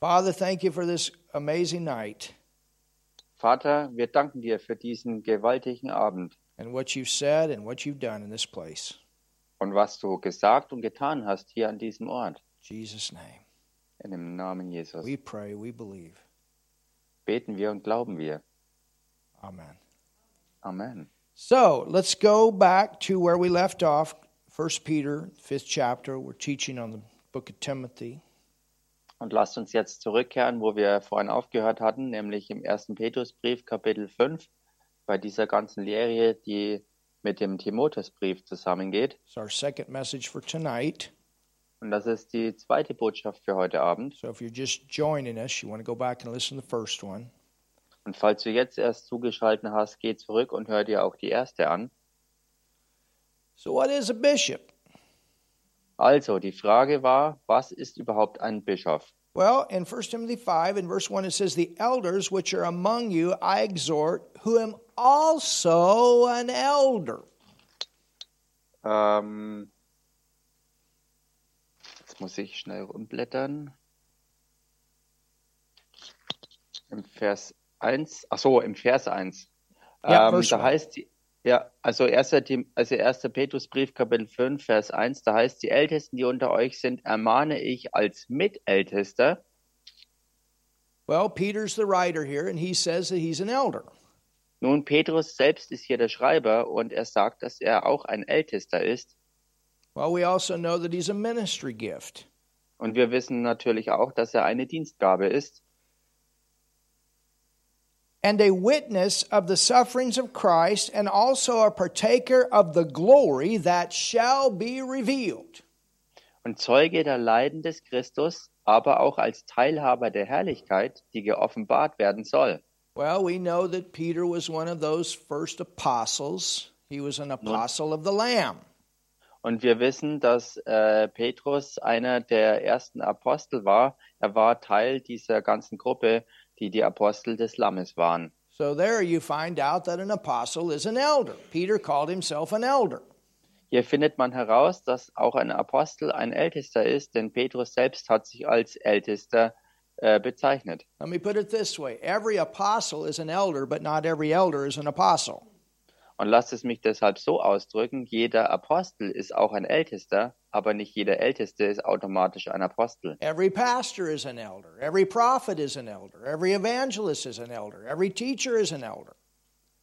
Father, thank you for this amazing night Vater, wir danken dir für diesen gewaltigen Abend and what you've said and what you've done in this place. und was du gesagt und getan hast hier an diesem Ort. In Jesus' name. In dem Namen Jesus We pray, we believe. beten wir und glauben wir. Amen. Amen. So let's go back to where we left off, 1 Peter, 5th chapter. We're teaching on the book of Timothy. Und lasst uns jetzt zurückkehren, wo wir vorhin aufgehört hatten, nämlich im 1. Petrusbrief, Kapitel 5, bei dieser ganzen Lehre, die mit dem Timotheusbrief zusammengeht. It's our second message for tonight. Und das ist die zweite Botschaft für heute Abend. So if you're just joining us, you want to go back and listen to the first one. Und falls du jetzt erst zugeschalten hast, geh zurück und hör dir auch die erste an. So, what is a bishop? Also, die Frage war, was ist überhaupt ein Bischof? Well, in 1 Timothy 5, in verse 1, it says, The elders which are among you I exhort, who am also an elder. Ähm, jetzt muss ich schnell rumblättern. Im Vers 1, ach so, im Vers 1. Ja, ähm, Vers da eins. heißt, die- ja, also 1. Tim- Also 1. Petrusbrief, Kapitel 5, Vers 1, da heißt, die Ältesten, die unter euch sind, ermahne ich als Mitältester. Well, Peter's the writer here, and he says that he's an elder. Nun, Petrus selbst ist hier der Schreiber und er sagt, dass er auch ein Ältester ist. Well, we also know that he's a ministry gift. Und wir wissen natürlich auch, dass er eine Dienstgabe ist. and a witness of the sufferings of Christ, and also a partaker of the glory that shall be revealed. und Zeuge der Leiden des Christus, aber auch als Teilhaber der Herrlichkeit, die geoffenbart werden soll. Well, we know that Peter was one of those first apostles. He was an apostle of the Lamb. Und wir wissen, dass äh, Petrus einer der ersten Apostel war. Er war Teil dieser ganzen Gruppe, die die Apostel des Lammes waren. So there you find out that an apostle is an elder. Peter called himself an elder. Hier findet man heraus, dass auch ein Apostel ein Ältester ist, denn Petrus selbst hat sich als Ältester äh, bezeichnet. Let me put it this way every apostle is an elder, but not every elder is an apostle. Und lasst es mich deshalb so ausdrücken, jeder Apostel ist auch ein Ältester, aber nicht jeder Älteste ist automatisch ein Apostel. Every pastor is an elder. Every prophet is an elder. Every evangelist is an elder. Every teacher is an elder.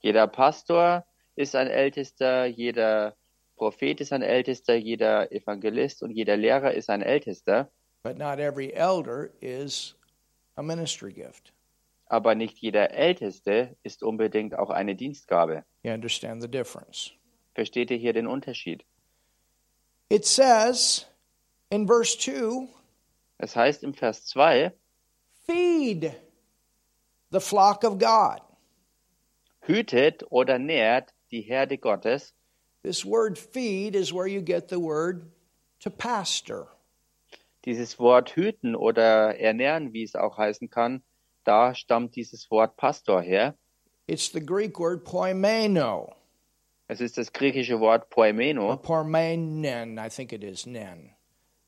Jeder Pastor ist ein Ältester, jeder Prophet ist ein Ältester, jeder Evangelist und jeder Lehrer ist ein Ältester, But not every elder is a ministry gift. aber nicht jeder Älteste ist unbedingt auch eine Dienstgabe. You understand the difference. Versteht ihr hier den Unterschied? It says in verse 2 Das heißt im Vers 2, feed the flock of God. hütet oder nährt die Herde Gottes. This word feed is where you get the word to pastor. Dieses Wort hüten oder ernähren, wie es auch heißen kann, da stammt dieses Wort Pastor her. It's the Greek word poimeno, Es ist das griechische Wort poimeno. or pormenen, I think it is nen.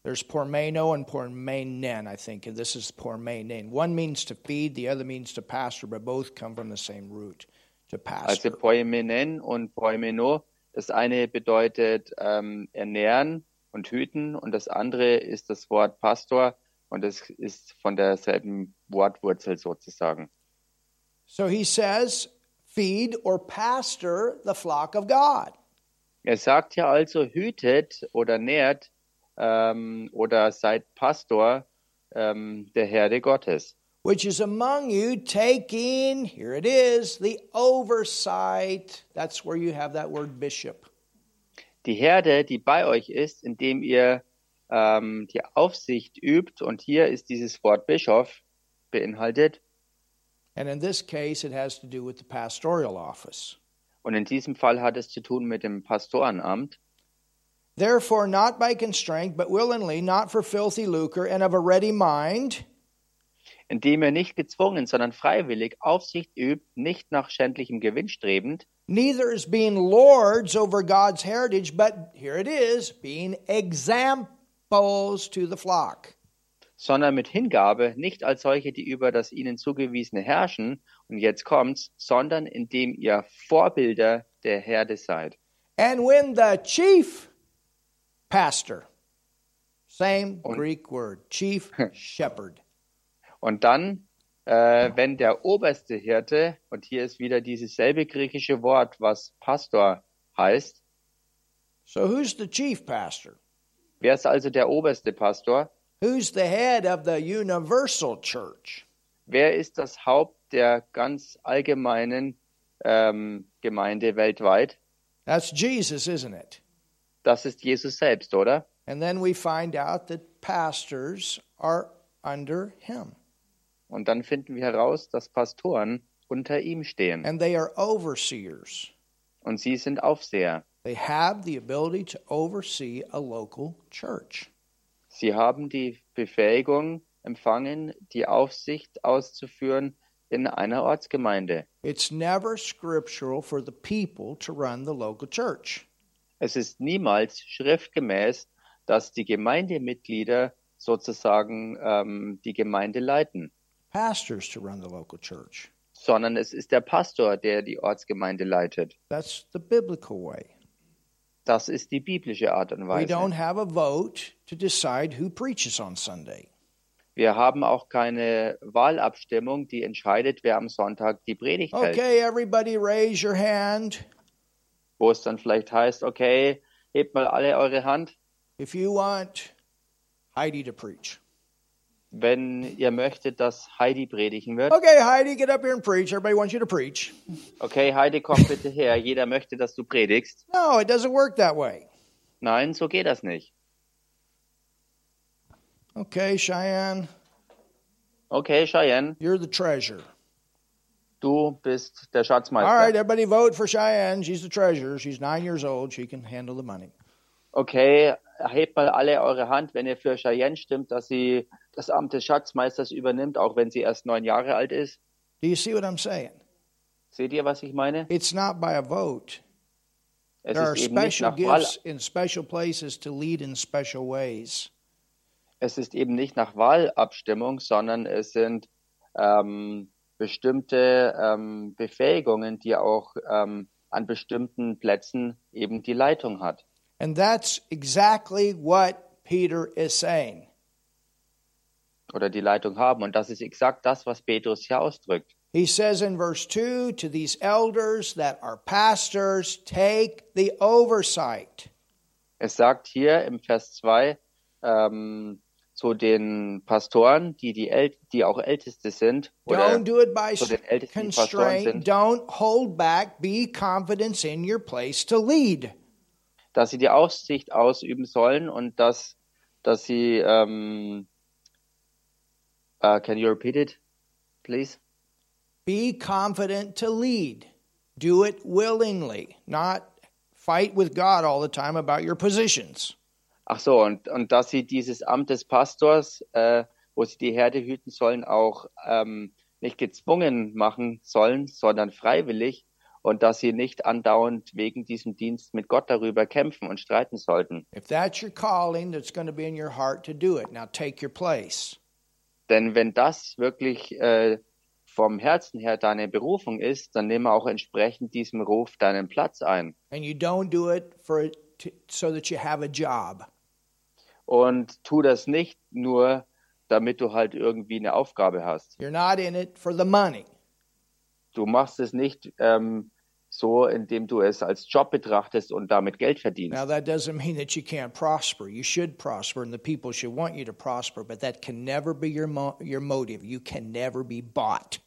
There's pormeno and pormenen, I think, and this is pormenen. One means to feed, the other means to pastor, but both come from the same root, to pastor. Also Poimenen und Poimeno. Das eine bedeutet ähm, ernähren und hüten und das andere ist das Wort Pastor und das ist von derselben Wortwurzel sozusagen. So he says, feed or pastor the flock of God. Er sagt hier also hütet oder nährt ähm, oder seid Pastor ähm, der Herde Gottes, Which is among you, taking, here it is, the oversight. That's where you have that word bishop. die Herde, die bei euch ist, indem ihr ähm, die Aufsicht übt und hier ist dieses Wort Bischof beinhaltet And in this case, it has to do with the pastoral office. Und in diesem Fall hat es zu tun mit dem Pastorenamt. Therefore, not by constraint, but willingly, not for filthy lucre, and of a ready mind, Indem er nicht gezwungen, sondern freiwillig Aufsicht übt, nicht nach schändlichem Gewinn strebend, neither as being lords over God's heritage, but here it is, being examples to the flock. sondern mit Hingabe, nicht als solche, die über das ihnen zugewiesene herrschen, und jetzt kommt's, sondern indem ihr Vorbilder der Herde seid. And when the chief pastor, same Und- Greek word, chief shepherd, Und dann, äh, wenn der oberste Hirte, und hier ist wieder dieses selbe griechische Wort, was Pastor heißt, so who's the chief pastor? wer ist also der oberste Pastor? Who's the head of the universal church? Wer ist das Haupt der ganz allgemeinen ähm, Gemeinde weltweit? That's Jesus, isn't it? Das ist Jesus selbst, oder? And then we find out that pastors are under him Und dann finden wir heraus, dass Pastoren unter ihm stehen. and they are overseers. Und sie sind Aufseher. They have the ability to oversee a local church. Sie haben die Befähigung empfangen, die Aufsicht auszuführen in einer Ortsgemeinde. It's never scriptural for the people to run the local church. Es ist niemals schriftgemäß, dass die Gemeindemitglieder sozusagen ähm, die Gemeinde leiten, pastors to run the local church. sondern es ist der Pastor, der die Ortsgemeinde leitet. That's the biblical way. Das ist die biblische Art und We don't Weise. have a vote to decide who preaches on Sunday. Wir haben auch keine Wahlabstimmung, die entscheidet, wer am Sonntag die Predigt hält, Okay, everybody raise your hand wo es dann vielleicht heißt, okay, hebt mal alle eure Hand, if you want Heidi to preach. wenn ihr möchtet, dass Heidi predigen wird. Okay, Heidi, get up here and preach. Everybody wants you to preach. Okay, Heidi, komm bitte her. Jeder möchte, dass du predigst. No, it doesn't work that way. Nein, so geht das nicht. Okay, Cheyenne, Okay, Cheyenne, you're the treasurer. Du bist der All right, Schatzmeister. everybody vote for Cheyenne. She's the treasurer. She's nine years old. She can handle the money. Okay, hebt mal alle eure Hand, wenn ihr für Cheyenne stimmt, dass sie das Amt des Schatzmeisters übernimmt, auch wenn sie erst neun Jahre alt ist. Do you see what I'm saying? Seht ihr, was ich meine? It's not by a vote. Es there are ist eben nicht special nach Wahl, gifts in special places to lead in special ways. es ist eben nicht nach Wahlabstimmung, sondern es sind ähm, bestimmte ähm, Befähigungen, die auch ähm, an bestimmten Plätzen eben die Leitung hat. And that's exactly what Peter is saying. Oder die Leitung haben. Und das ist exakt das, was Petrus hier ausdrückt. He says in verse 2 to these elders that are pastors, take the oversight. Es sagt hier im Vers 2 ähm, zu den Pastoren, die, die, El die auch Älteste sind, oder Don't do it by zu den ältesten Pastoren constraint. sind, Don't hold back. Be confident in your place to lead. dass sie die Aufsicht ausüben sollen und dass, dass sie. Ähm, äh, can you repeat it, please? Be confident to lead. Do it willingly, not fight with God all the time about your positions. Ach so, und, und dass sie dieses Amt des Pastors, äh, wo sie die Herde hüten sollen, auch ähm, nicht gezwungen machen sollen, sondern freiwillig und dass sie nicht andauernd wegen diesem Dienst mit Gott darüber kämpfen und streiten sollten. If that's your calling, that's going to be in your heart to do it. Now take your place. Denn wenn das wirklich äh, vom Herzen her deine Berufung ist, dann nehme auch entsprechend diesem Ruf deinen Platz ein. And you don't do it for it to, so that you have a job. Und tu das nicht nur, damit du halt irgendwie eine Aufgabe hast. You're not in it for the money. du machst es nicht ähm, so, indem du es als Job betrachtest und damit Geld verdienst. Now that doesn't mean that you can't prosper. You should prosper and the people should want you to prosper, but that can never be your mo- your motive. You can never be bought.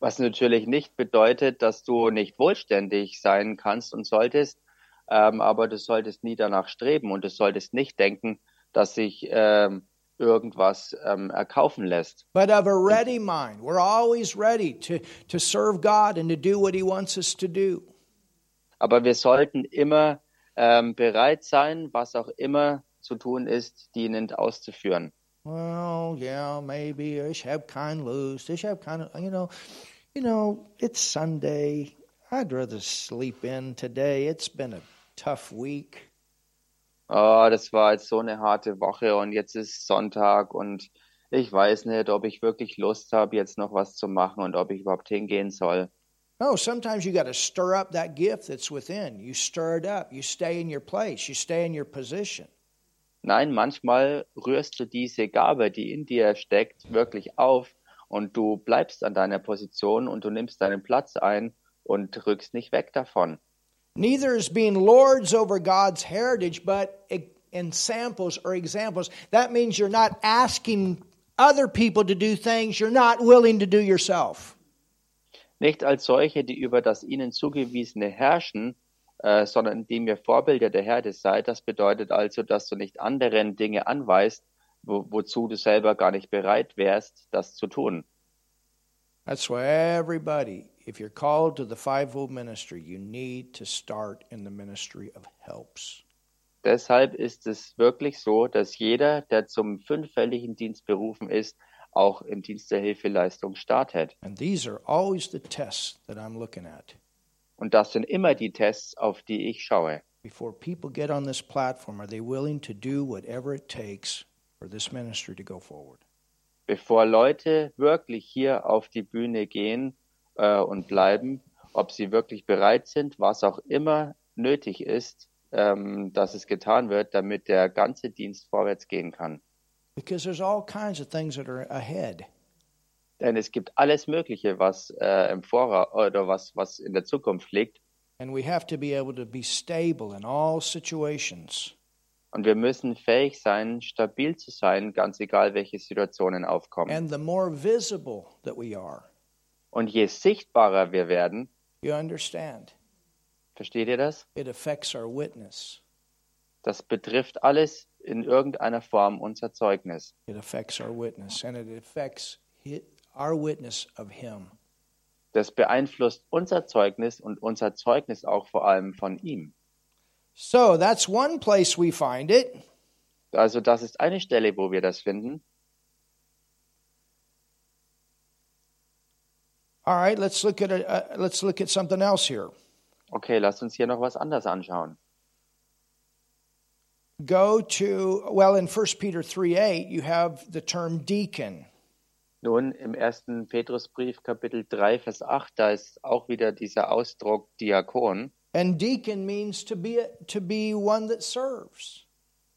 Was natürlich nicht bedeutet, dass du nicht wohlständig sein kannst und solltest, ähm, aber du solltest nie danach streben und du solltest nicht denken, dass sich ähm, irgendwas ähm, erkaufen lässt. But of a ready mind, we're always ready to, to serve God and to do what He wants us to do. Aber wir sollten immer ähm, bereit sein, was auch immer zu tun ist, dienend auszuführen. Well, yeah, maybe I should have kind loose. I should have kind of, you know, you know, it's Sunday. I'd rather sleep in today. It's been a tough week. Ah, Oh, das war jetzt so eine harte Woche und jetzt ist Sonntag und ich weiß nicht, ob ich wirklich Lust habe, jetzt noch was zu machen und ob ich überhaupt hingehen soll. No, sometimes you got to stir up that gift that's within. You stir it up. You stay in your place. You stay in your position. Nein, manchmal rührst du diese Gabe, die in dir steckt, wirklich auf und du bleibst an deiner Position und du nimmst deinen Platz ein und rückst nicht weg davon. Neither is being lords over God's heritage, but e- in samples or examples. That means you're not asking other people to do things you're not willing to do yourself. Nicht als solche, die über das ihnen zugewiesene herrschen, äh, sondern indem ihr Vorbilder der Herde seid. Das bedeutet also, dass du nicht anderen Dinge anweist, wo, wozu du selber gar nicht bereit wärst, das zu tun. That's why everybody, if you're called to the fivefold ministry, you need to start in the ministry of helps. Deshalb ist es wirklich so, dass jeder, der zum fünffälligen Dienst berufen ist, auch im Dienst der Hilfeleistung startet. And these are always the tests that I'm looking at. Und das sind immer die Tests, auf die ich schaue. Before people get on this platform, are they willing to do whatever it takes for this ministry to go forward? Bevor Leute wirklich hier auf die Bühne gehen äh, und bleiben, ob sie wirklich bereit sind, was auch immer nötig ist, ähm, dass es getan wird, damit der ganze Dienst vorwärts gehen kann. Because there's all kinds of things that are ahead. Denn es gibt alles Mögliche, was äh, im Voraus oder was, was in der Zukunft liegt. And we have to be able to be stable in all situations. Und wir müssen fähig sein, stabil zu sein, ganz egal, welche Situationen aufkommen. And the more visible that we are, Und je sichtbarer wir werden, you understand, versteht ihr das? it affects our witness, Das betrifft alles in irgendeiner Form unser Zeugnis. it affects our witness, and it affects hi- our witness of Him. Das beeinflusst unser Zeugnis und unser Zeugnis auch vor allem von ihm. So that's one place we find it. Also das ist eine Stelle, wo wir das finden. All right, let's look at a, uh, let's look at something else here. Okay, lasst uns hier noch was anderes anschauen. Go to well in 1 Peter three eight, you have the term deacon. Nun, im ersten Petrusbrief, Kapitel 3, Vers 8, da ist auch wieder dieser Ausdruck Diakon. And deacon means to be to be one that serves.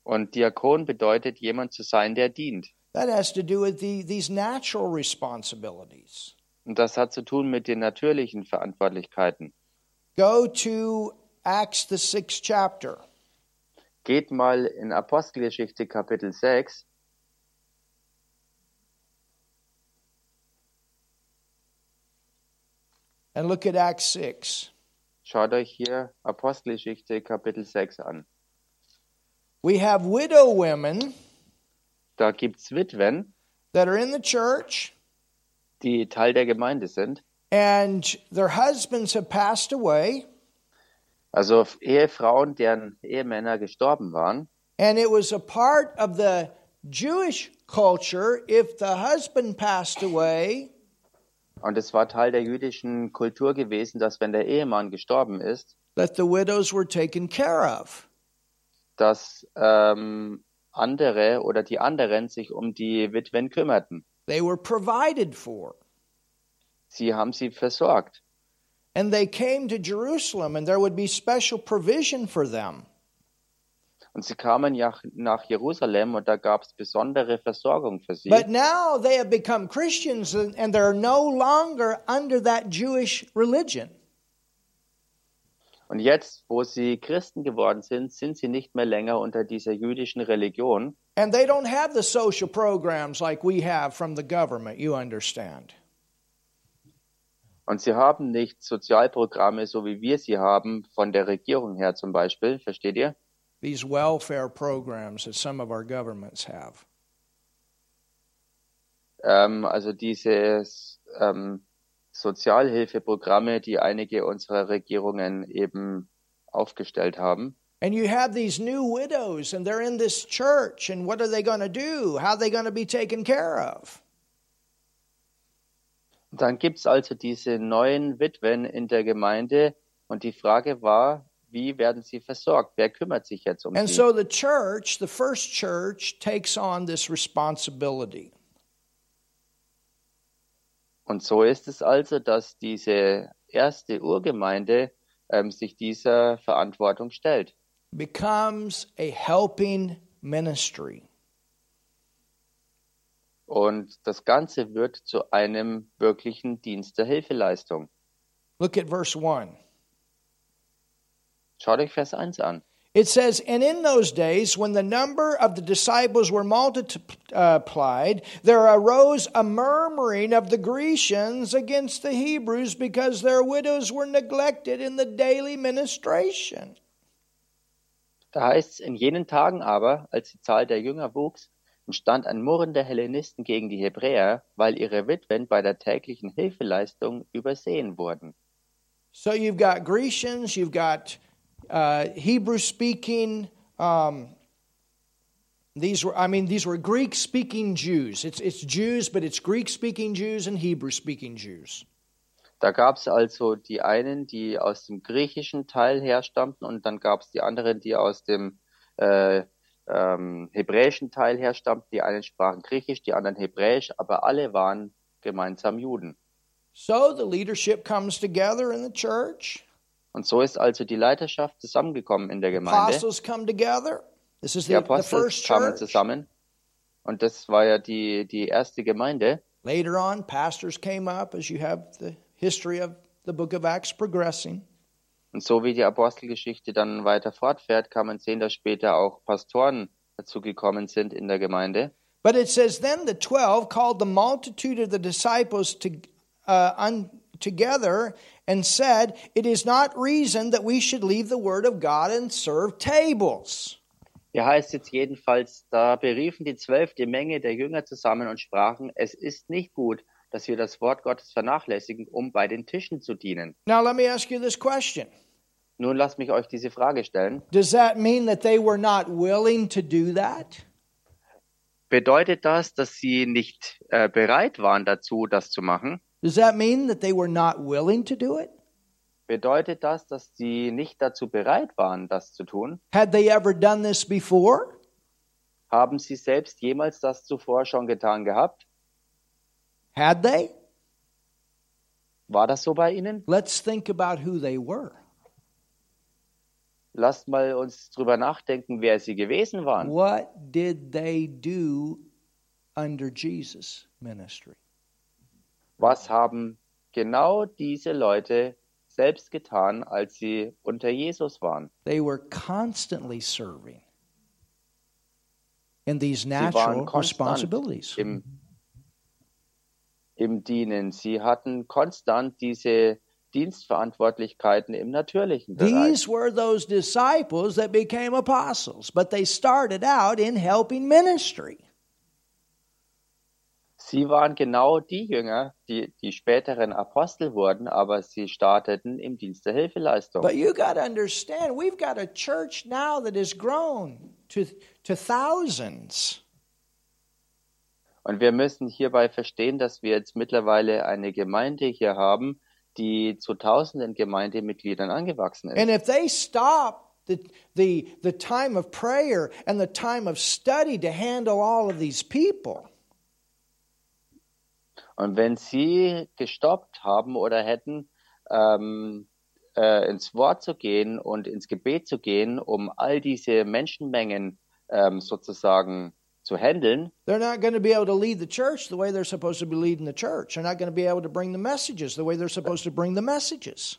Und Diakon bedeutet, jemand zu sein, der dient. That has to do with the, these natural responsibilities. Und das hat zu tun mit den natürlichen Verantwortlichkeiten. Go to Acts, the sixth chapter. Geht mal in Apostelgeschichte, Kapitel 6. And look at Acts 6. Schaut euch hier Apostelgeschichte, Kapitel 6 an. We have widow women Da gibt's Witwen, that are in the church, die Teil der Gemeinde sind. and their husbands have passed away, Also Ehefrauen, deren Ehemänner gestorben waren. and it was a part of the Jewish culture if the husband passed away, Und es war Teil der jüdischen Kultur gewesen, dass wenn der Ehemann gestorben ist, that the widows were taken care of. dass ähm, andere oder die anderen sich um die Witwen kümmerten. They were provided for. Sie haben sie versorgt. And they came to Jerusalem, and there would be special provision for them. Und sie kamen ja nach Jerusalem und da gab es besondere Versorgung für sie. But now they have become Christians and, and they're no longer under that Jewish religion. Und jetzt, wo sie Christen geworden sind, sind sie nicht mehr länger unter dieser jüdischen Religion. And they don't have the social programs like we have from the government, you understand. Und sie haben nicht Sozialprogramme, so wie wir sie haben, von der Regierung her zum Beispiel, versteht ihr? These welfare programs that some of our governments have. Ähm, also diese ähm, Sozialhilfeprogramme, die einige unserer Regierungen eben aufgestellt haben. And you have these new widows and they're in this church, and what are they going to do? How are they going to be taken care of? Und dann gibt's also diese neuen Witwen in der Gemeinde und die Frage war, wie werden sie versorgt? Wer kümmert sich jetzt um And sie? so the church, the first church, takes on this responsibility. Und so ist es also, dass diese erste Urgemeinde ähm, sich dieser Verantwortung stellt. becomes a helping ministry. Und das Ganze wird zu einem wirklichen Dienst der Hilfeleistung. Look at verse 1. Schaut euch Vers 1 an. It says, And in those days, when the number of the disciples were multiplied, there arose a murmuring of the Grecians against the Hebrews because their widows were neglected in the daily ministration. Da heißt es, in jenen Tagen aber, als die Zahl der Jünger wuchs, entstand ein Murren der Hellenisten gegen die Hebräer, weil ihre Witwen bei der täglichen Hilfeleistung übersehen wurden. So you've got Grecians, you've got uh, Hebrew speaking. Um, these were, I mean, these were Greek speaking Jews. It's, it's Jews, but it's Greek speaking Jews and Hebrew speaking Jews. Da gab es also die einen, die aus dem griechischen Teil herstammten, und dann gab es die anderen, die aus dem äh, ähm, hebräischen Teil herstammten. Die einen sprachen Griechisch, die anderen Hebräisch, aber alle waren gemeinsam Juden. So the leadership comes together in the church, Und so ist also die Leiterschaft zusammengekommen in der Gemeinde. apostles come together. This is Die the, the Apostel first kamen church. zusammen. Und das war ja die, die erste Gemeinde. Later on, pastors came up as you have the history of the book of Acts progressing. Und so wie die Apostelgeschichte dann weiter fortfährt, kann man sehen, dass später auch Pastoren dazugekommen sind in der Gemeinde. But it says, Then the twelve called the multitude of the disciples to, uh, un, together and said, It is not reason that we should leave the word of God and serve tables. Hier heißt jetzt jedenfalls, da beriefen die zwölf die Menge der Jünger zusammen und sprachen, es ist nicht gut, dass wir das Wort Gottes vernachlässigen, um bei den Tischen zu dienen. Now, let me ask you this question Nun lasst mich euch diese Frage stellen. Does that mean that they were not willing to do that? Bedeutet das, dass sie nicht äh, bereit waren dazu, das zu machen? Does that mean that they were not willing to do it? Bedeutet das, dass sie nicht dazu bereit waren, das zu tun? Had they ever done this before? Haben sie selbst jemals das zuvor schon getan gehabt? Had they? War das so bei Ihnen? Let's think about who they were. Lasst mal uns drüber nachdenken, wer Sie gewesen waren. What did they do under Jesus' ministry? Was haben genau diese Leute selbst getan, als sie unter Jesus waren? They were constantly serving in these waren natural konstant responsibilities. Im, im Dienen. Sie hatten konstant diese Dienstverantwortlichkeiten im natürlichen Bereich. These were those disciples that became apostles, but they started out in helping ministry. Sie waren genau die Jünger, die die späteren Apostel wurden, aber sie starteten im Dienst der Hilfeleistung. But you got to understand, we've got a church now that has grown to, to thousands. Und wir müssen hierbei verstehen, dass wir jetzt mittlerweile eine Gemeinde hier haben, die zu tausenden Gemeindemitgliedern angewachsen ist. And if they stop the, the, the time of prayer and the time of study to handle all of these people, Und wenn sie gestoppt haben oder hätten, ähm, äh, ins Wort zu gehen und ins Gebet zu gehen, um all diese Menschenmengen ähm, sozusagen zu handeln, they're not going to be able to lead the church the way they're supposed to be leading the church. They're not going to be able to bring the messages the way they're supposed to bring the messages.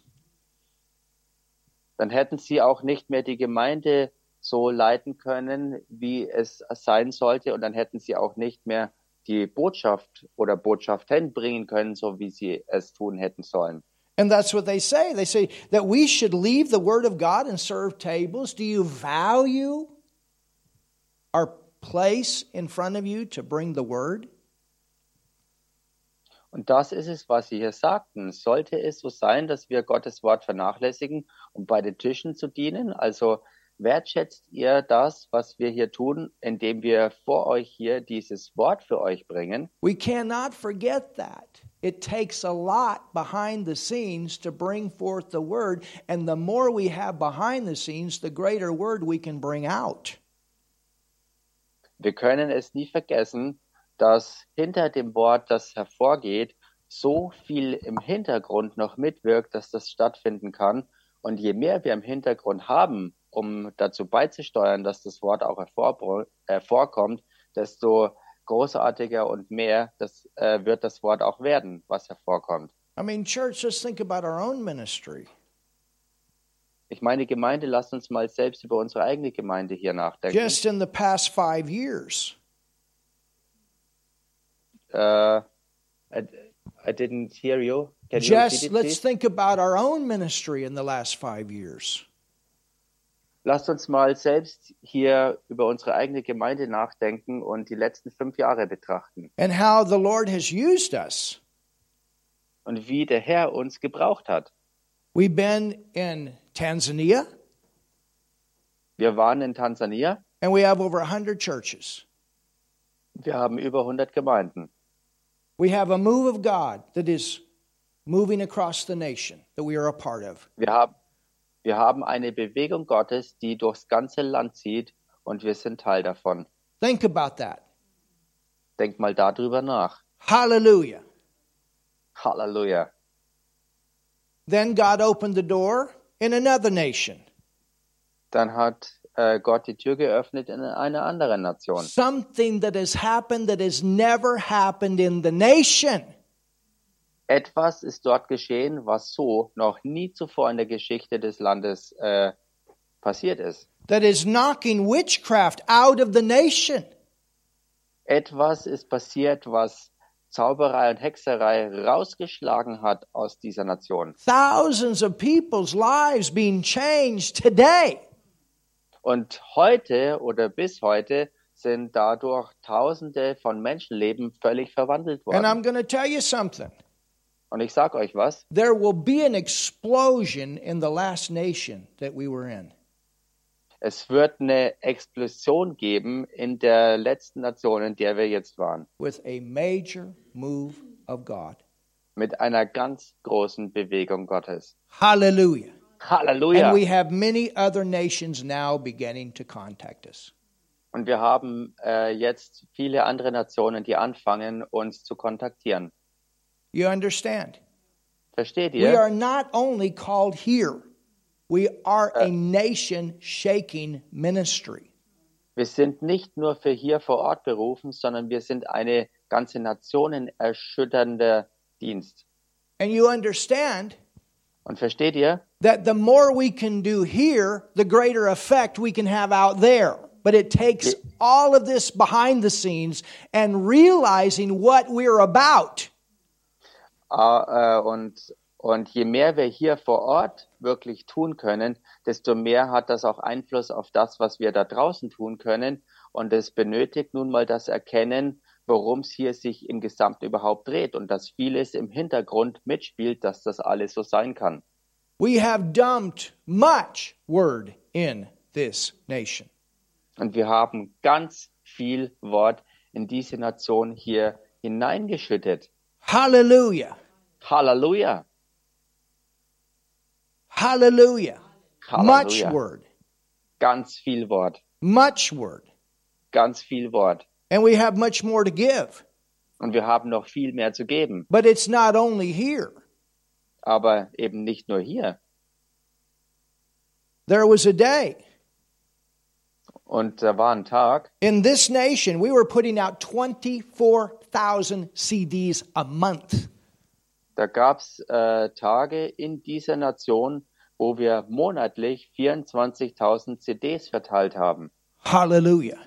dann hätten sie auch nicht mehr die Gemeinde so leiten können, wie es sein sollte, und dann hätten sie auch nicht mehr die Botschaft oder Botschaften bringen können, so wie sie es tun hätten sollen. And that's what they say. They say that we should leave the Word of God and serve tables. Do you value our place in front of you to bring the Word? Und das ist es, was sie hier sagten. Sollte es so sein, dass wir Gottes Wort vernachlässigen, um bei den Tischen zu dienen? Also wertschätzt ihr das, was wir hier tun, indem wir vor euch hier dieses Wort für euch bringen? We cannot forget that. It takes a lot behind the scenes to bring forth the word, and the more we have behind the scenes, the greater word we can bring out. Wir können es nie vergessen, dass hinter dem Wort, das hervorgeht, so viel im Hintergrund noch mitwirkt, dass das stattfinden kann. Und je mehr wir im Hintergrund haben, um dazu beizusteuern, dass das Wort auch hervor, hervorkommt, desto großartiger und mehr das, äh, wird das Wort auch werden, was hervorkommt. I mean, church, just think about our own ministry. Ich meine, Gemeinde, lasst uns mal selbst über unsere eigene Gemeinde hier nachdenken. Just in the past five years, Äh, I, I didn't hear you. Can you repeat just it, let's please? think about our own ministry in the last five years. Lasst uns mal selbst hier über unsere eigene Gemeinde nachdenken und die letzten fünf Jahre betrachten and how the Lord has used us. und wie der Herr uns gebraucht hat. We've been in Tanzania Wir waren in Tansania. and we have over 100 churches. Wir haben über 100 Gemeinden. We have a move of God that is moving across the nation that we are a part of. Wir haben, wir haben eine Bewegung Gottes, die durchs ganze Land zieht und wir sind Teil davon. Think about that. Denk mal darüber nach. Hallelujah. Halleluja. Then God opened the door in another nation. Dann hat äh, Gott die Tür geöffnet in eine andere Nation. Something that has happened that has never happened in the nation. Etwas ist dort geschehen, was so noch nie zuvor in der Geschichte des Landes äh, passiert ist. That is knocking witchcraft out of the nation. Etwas ist passiert, was Zauberei und Hexerei rausgeschlagen hat aus dieser Nation. Thousands of people's lives being changed today. Und heute oder bis heute sind dadurch Tausende von Menschenleben völlig verwandelt And worden. I'm going to tell you something. Und ich sage euch was, There will be an explosion in the last nation that we were in. es wird eine Explosion geben in der letzten Nation, in der wir jetzt waren. with a major move of God. Mit einer ganz großen Bewegung Gottes. Hallelujah. Halleluja! And we have many other nations now beginning to contact us. Und wir haben äh, jetzt viele andere Nationen, die anfangen, uns zu kontaktieren. You understand? Versteht We ihr? are not only called here, we are a nation shaking ministry. Wir sind nicht nur für hier vor Ort berufen, sondern wir sind eine ganze Nationen erschütternder Dienst. And you understand Und versteht ihr? that the more we can do here, the greater effect we can have out there. But it takes all of this behind the scenes and realizing what we're about. Ah, äh, und, und je mehr wir hier vor Ort wirklich tun können, desto mehr hat das auch Einfluss auf das, was wir da draußen tun können. Und es benötigt nun mal das Erkennen, worum es hier sich im Gesamt überhaupt dreht und dass vieles im Hintergrund mitspielt, dass das alles so sein kann. We have dumped much word in this nation. Und wir haben ganz viel Wort in diese Nation hier hineingeschüttet. Hallelujah. Halleluja! Hallelujah. Much Halleluja! word. Ganz viel Wort. Much word. Ganz viel Wort. And we have much more to give. Und wir haben noch viel mehr zu geben. But it's not only here. aber eben nicht nur hier. There was a day Und da war ein Tag, in this nation we were putting out 24,000 CDs a month. da gab's äh, Tage in dieser Nation, wo wir monatlich 24.000 CDs verteilt haben. Hallelujah.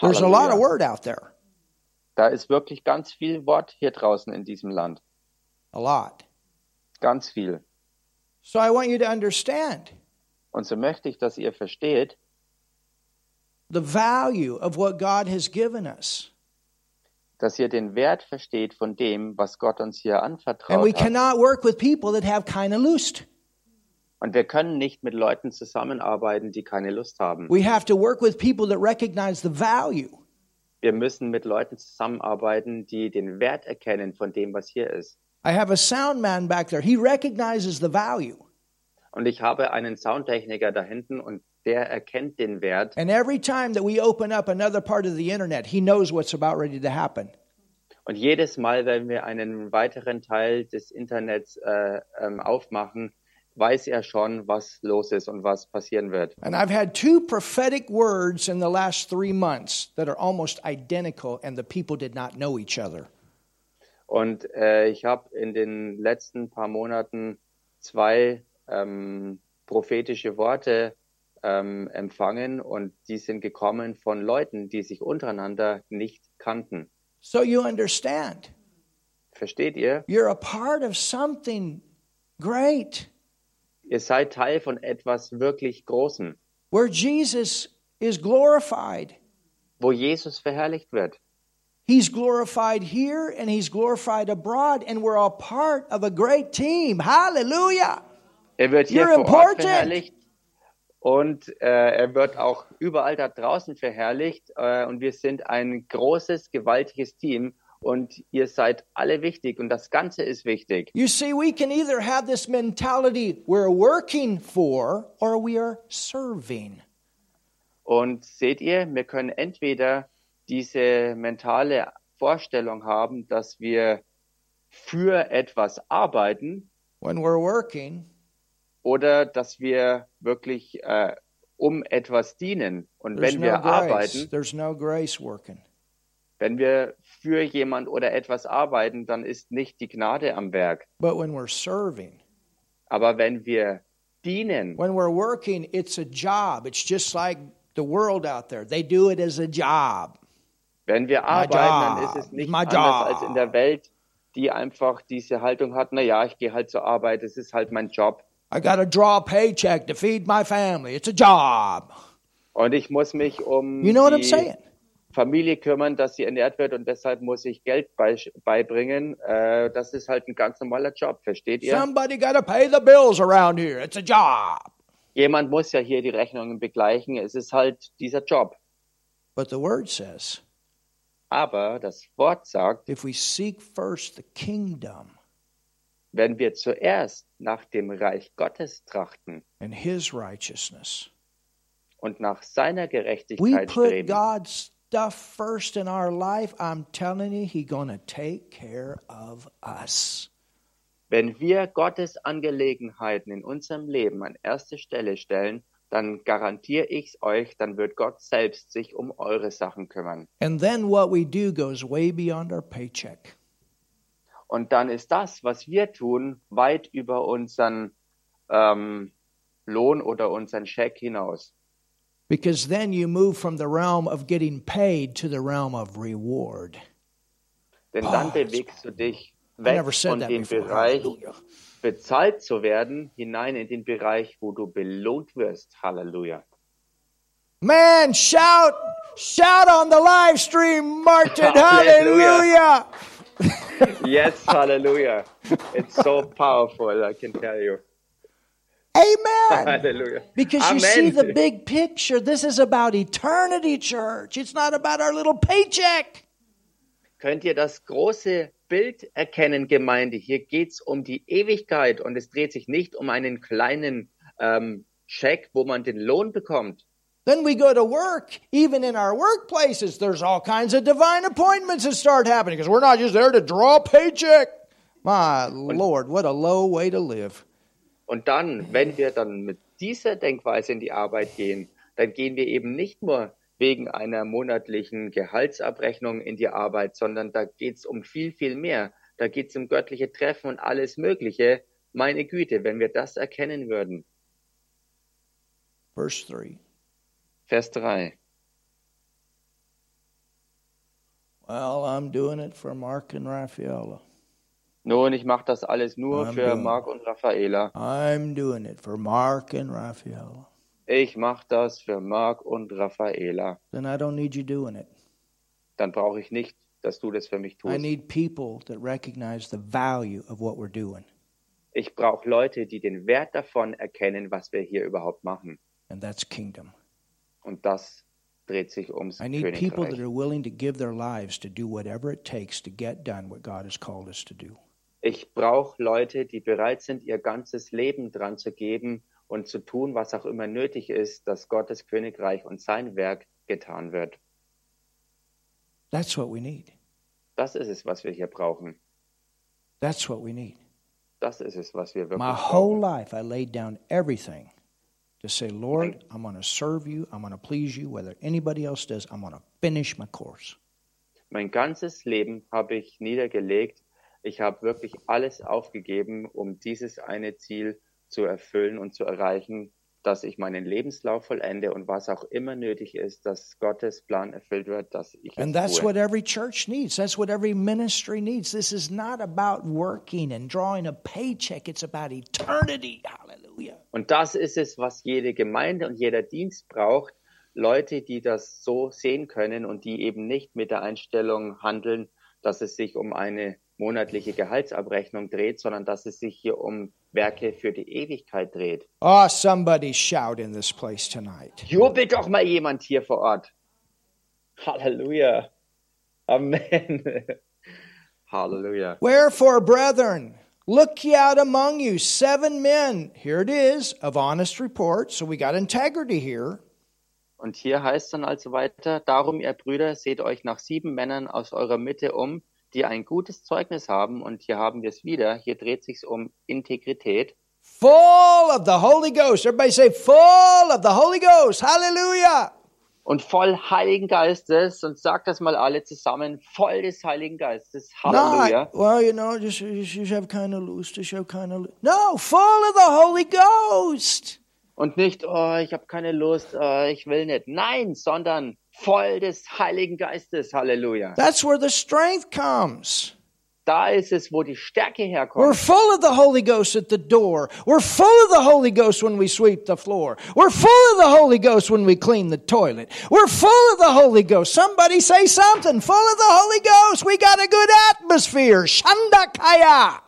There's a lot of word out there. Da ist wirklich ganz viel Wort hier draußen in diesem Land. A lot. Ganz viel. So I want you to understand Und so möchte ich, dass ihr versteht, the value of what God has given us. dass ihr den Wert versteht von dem, was Gott uns And hier we anvertraut hat. cannot work with people that have kind of loosed. Und wir können nicht mit Leuten zusammenarbeiten, die keine Lust haben. We have to work with people that recognize the value. Wir müssen mit Leuten zusammenarbeiten, die den Wert erkennen von dem, was hier ist. I have a sound man back there. He recognizes the value. Und ich habe einen Soundtechniker da hinten und der erkennt den Wert. And every time that we open up another part of the internet, he knows what's about ready to happen. Und jedes Mal, wenn wir einen weiteren Teil des Internets äh, ähm, aufmachen, weiß er schon, was los ist und was passieren wird. And I've had two prophetic words in the last three months that are almost identical, and the people did not know each other. Und äh, ich habe in den letzten paar Monaten zwei ähm, prophetische Worte ähm, empfangen und die sind gekommen von Leuten, die sich untereinander nicht kannten. So you understand, Versteht ihr? you're a part of something great Ihr seid Teil von etwas wirklich Großem, where Jesus is glorified. wo Jesus verherrlicht wird. He's glorified here and he's glorified abroad, and we're all part of a great team. Hallelujah. Er wird hier You're vor important. Ort verherrlicht und äh, er wird auch überall da draußen verherrlicht. Äh, und wir sind ein großes, gewaltiges Team und ihr seid alle wichtig und das Ganze ist wichtig. You see, we can either have this mentality we're working for or we are serving. Und seht ihr, wir können entweder diese mentale Vorstellung haben, dass wir für etwas arbeiten When we're working, oder dass wir wirklich äh, um etwas dienen. Und there's wenn wir no grace. arbeiten, There's no grace working. wenn wir für jemand oder etwas arbeiten, dann ist nicht die Gnade am Werk. But when we're serving, Aber wenn wir dienen, when we're working, it's a job. It's just like the world out there. They do it as a job. wenn wir arbeiten, dann ist es nicht My anders job. als in der Welt, die einfach diese Haltung hat, na ja, ich gehe halt zur Arbeit, es ist halt mein Job. I got to draw a paycheck to feed my family. It's a job. Und ich muss mich um You know what I'm die saying? Familie kümmern, dass sie ernährt wird und deshalb muss ich Geld bei, beibringen. Äh, das ist halt ein ganz normaler Job, versteht ihr? Somebody got to pay the bills around here. It's a job. Jemand muss ja hier die Rechnungen begleichen. Es ist halt dieser Job. But the word says, Aber das Wort sagt, if we seek first the kingdom wenn wir zuerst nach dem Reich Gottes trachten and his righteousness, und nach seiner we Gerechtigkeit put streben God's stuff first in our life, I'm telling you, He going to take care of us. Wenn wir Gottes Angelegenheiten in unserem Leben an erste Stelle stellen, dann garantiere ich's euch, dann wird Gott selbst sich um eure Sachen kümmern. And then what we do goes way beyond our paycheck. Und dann ist das, was wir tun, weit über unseren ähm, Lohn oder unseren Scheck hinaus. Because then you move from the realm of getting paid to the realm of reward. Denn Boah, dann das- bewegst du dich Oh, I weg never said von that dem before. Bereich, Hallelujah. bezahlt zu werden, hinein in den Bereich, wo du belohnt wirst. Halleluja. Man, shout, shout on the live stream, Martin. Hallelujah. Hallelujah. Yes, Halleluja. It's so powerful, I can tell you. Amen. Halleluja. Because you see the big picture. This is about eternity, church. It's not about our little paycheck. Könnt ihr das große Bild erkennen, Gemeinde? Hier geht's um die Ewigkeit und es dreht sich nicht um einen kleinen ähm, Scheck, wo man den Lohn bekommt. Then we go to work. Even in our workplaces, there's all kinds of divine appointments that start happening because we're not just there to draw a paycheck. My Lord, what a low way to live. Und dann, wenn wir dann mit dieser Denkweise in die Arbeit gehen, dann gehen wir eben nicht nur wegen einer monatlichen Gehaltsabrechnung in die Arbeit, sondern da geht's um viel, viel mehr. Da geht's um göttliche Treffen und alles Mögliche. Meine Güte, wenn wir das erkennen würden. Verse 3. Vers 3. Well, I'm doing it for Mark and Raffaella. Nun, ich mache das alles nur Amen. für Marc und Raffaela. I'm doing it for Mark and Raffaella. Ich mache das für Marc und Raffaela. Then I don't need you doing it. Dann brauche ich nicht, dass du das für mich I tust. need people that recognize the value of what we're doing. Ich brauche Leute, die den Wert davon erkennen, was wir hier überhaupt machen. and that's kingdom. Und das dreht sich ums I need people that Königreich. are willing to give their lives to do whatever it takes to get done what God has called us to do. Ich brauche Leute, die bereit sind, ihr ganzes Leben dran zu geben und zu tun, was auch immer nötig ist, dass Gottes Königreich und sein Werk getan wird. That's what we need. Das ist es, was wir hier brauchen. That's what we need. Das ist es, was wir wirklich My whole brauchen. life, I laid down everything to say, Lord, I'm going to serve you. I'm going to please you. Whether anybody else does, I'm going to finish my course. Mein ganzes Leben habe ich niedergelegt. Ich habe wirklich alles aufgegeben, um dieses eine Ziel zu erfüllen und zu erreichen, dass ich meinen Lebenslauf vollende und was auch immer nötig ist, dass Gottes Plan erfüllt wird, dass ich And es that's tue. what every church needs. That's what every ministry needs. This is not about working and drawing a paycheck, it's about eternity. Hallelujah. Und das ist es, was jede Gemeinde und jeder Dienst braucht. Leute, die das so sehen können und die eben nicht mit der Einstellung handeln, dass es sich um eine monatliche Gehaltsabrechnung dreht, sondern dass es sich hier um Werke für die Ewigkeit dreht. Oh, somebody shout in this place tonight. Jubelt doch mal jemand hier vor Ort. Halleluja. Amen. Halleluja. Wherefore, brethren, look ye out among you seven men. Here it is, of honest report. So we got integrity here. Und hier heißt dann also weiter, darum, ihr Brüder, seht euch nach sieben Männern aus eurer Mitte um, die ein gutes Zeugnis haben. Und hier haben wir es wieder. Hier dreht sich's um Integrität, Full of the Holy Ghost. Everybody say, full of the Holy Ghost. Hallelujah. und voll Heiligen Geistes. Und sagt das mal alle zusammen, voll des Heiligen Geistes. Halleluja. Not, well, you know, just, just, just have kind of loose, just have kind of loose. No, full of the Holy Ghost. Und nicht, oh, ich habe keine Lust, oh, ich will nicht. Nein, sondern voll des Heiligen Geistes. Halleluja. That's where the strength comes. Da ist es, wo die Stärke We're herkommt. full of the Holy Ghost at the door. We're full of the Holy Ghost when we sweep the floor. We're full of the Holy Ghost when we clean the toilet. We're full of the Holy Ghost. Somebody say something. Full of the Holy Ghost. We got a good atmosphere. Shandakaya.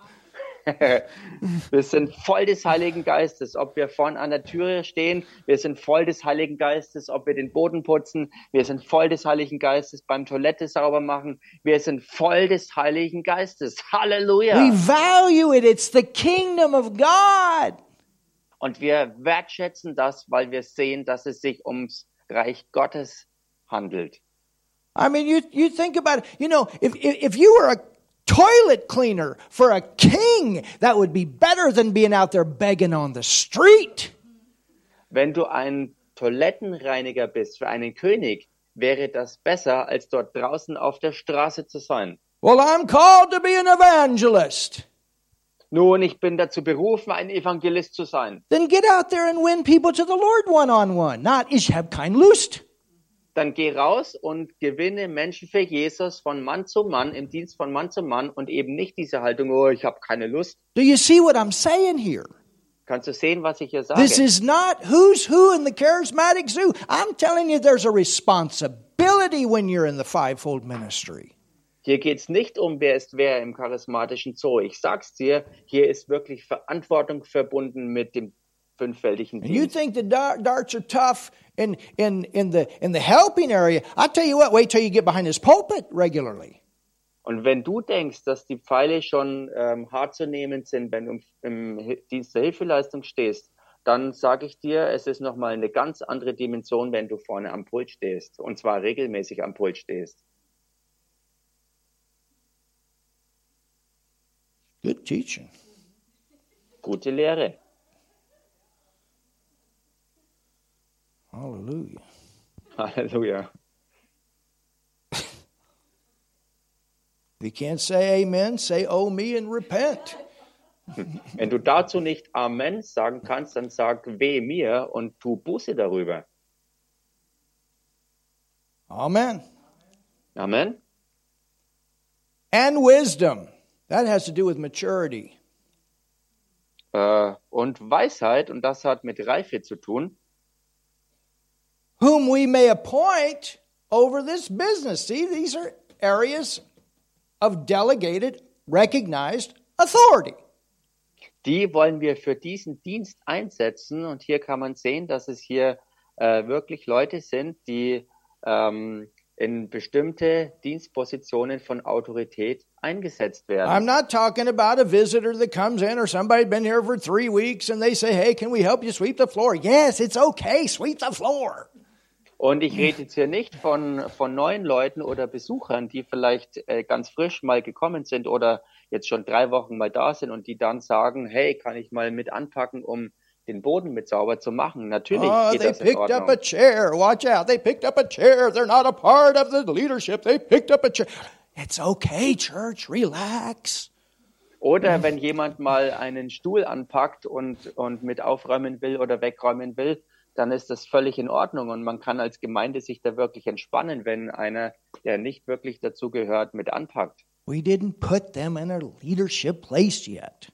Wir sind voll des Heiligen Geistes, ob wir vorn an der Türe stehen, wir sind voll des Heiligen Geistes, ob wir den Boden putzen, wir sind voll des Heiligen Geistes beim Toilette sauber machen, wir sind voll des Heiligen Geistes. We Halleluja! value it. It's the kingdom of God. Und wir wertschätzen das, weil wir sehen, dass es sich ums Reich Gottes handelt. I mean, you, you think about it. You know, if, if, if you were a toilet cleaner for a king, that would be better than being out there begging on the street. Wenn du ein Toilettenreiniger bist für einen König, wäre das besser, als dort draußen auf der Straße zu sein. Well, I'm called to be an evangelist. Nun, ich bin dazu berufen, ein Evangelist zu sein. Then get out there and win people to the Lord one on one, not ich hab kein Lust. dann geh raus und gewinne Menschen für Jesus von Mann zu Mann, im Dienst von Mann zu Mann und eben nicht diese Haltung, oh, ich habe keine Lust. Do you see what I'm saying here? Kannst du sehen, was ich hier sage? This is not who's who in the charismatic zoo. I'm telling you, there's a responsibility when you're in the fivefold ministry. hier geht's nicht um, wer ist wer im charismatischen Zoo. Ich sag's dir, hier ist wirklich Verantwortung verbunden mit dem fünffältigen And you Dienst. think the dar- darts are tough in, in, in, the, in the helping area. I tell you what, wait till you get behind this pulpit regularly. Und wenn du denkst, dass die Pfeile schon ähm, hart zu nehmen sind, wenn du im, im Hi- Dienst der Hilfeleistung stehst, dann sage ich dir, es ist nochmal eine ganz andere Dimension, wenn du vorne am Pult stehst. Und zwar regelmäßig am Pult stehst. Good teaching. Gute Lehre. Hallelujah. Halleluja. If you can't say amen, say oh me and repent. Wenn du dazu nicht Amen sagen kannst, dann sag weh mir und tu Buße darüber. Amen. Amen. And wisdom. That has to do with maturity. Äh, und Weisheit, und das hat mit Reife zu tun, Whom we may appoint over this business. See, these are areas of delegated, recognized authority. die wollen wir für diesen Dienst einsetzen. Und hier kann man sehen, dass es hier äh, wirklich Leute sind, die ähm, in bestimmte Dienstpositionen von Autorität eingesetzt werden. I'm not talking about a visitor that comes in or somebody been here for three weeks and they say, Hey, can we help you sweep the floor? Yes, it's okay, sweep the floor. Und ich rede jetzt hier nicht von, von neuen Leuten oder Besuchern, die vielleicht äh, ganz frisch mal gekommen sind oder jetzt schon drei Wochen mal da sind und die dann sagen, hey, kann ich mal mit anpacken, um den Boden mit sauber zu machen. Natürlich Oh, geht they das in picked up a Ordnung. chair. Watch out. They picked up a chair. They're not a part of the leadership. They picked up a chair. It's okay, church. Relax. Mhm. Oder wenn jemand mal einen Stuhl anpackt und, und mit aufräumen will oder wegräumen will, dann ist das völlig in Ordnung und man kann als Gemeinde sich da wirklich entspannen, wenn einer, der nicht wirklich dazugehört, mit anpackt. We didn't put them in a leadership place yet.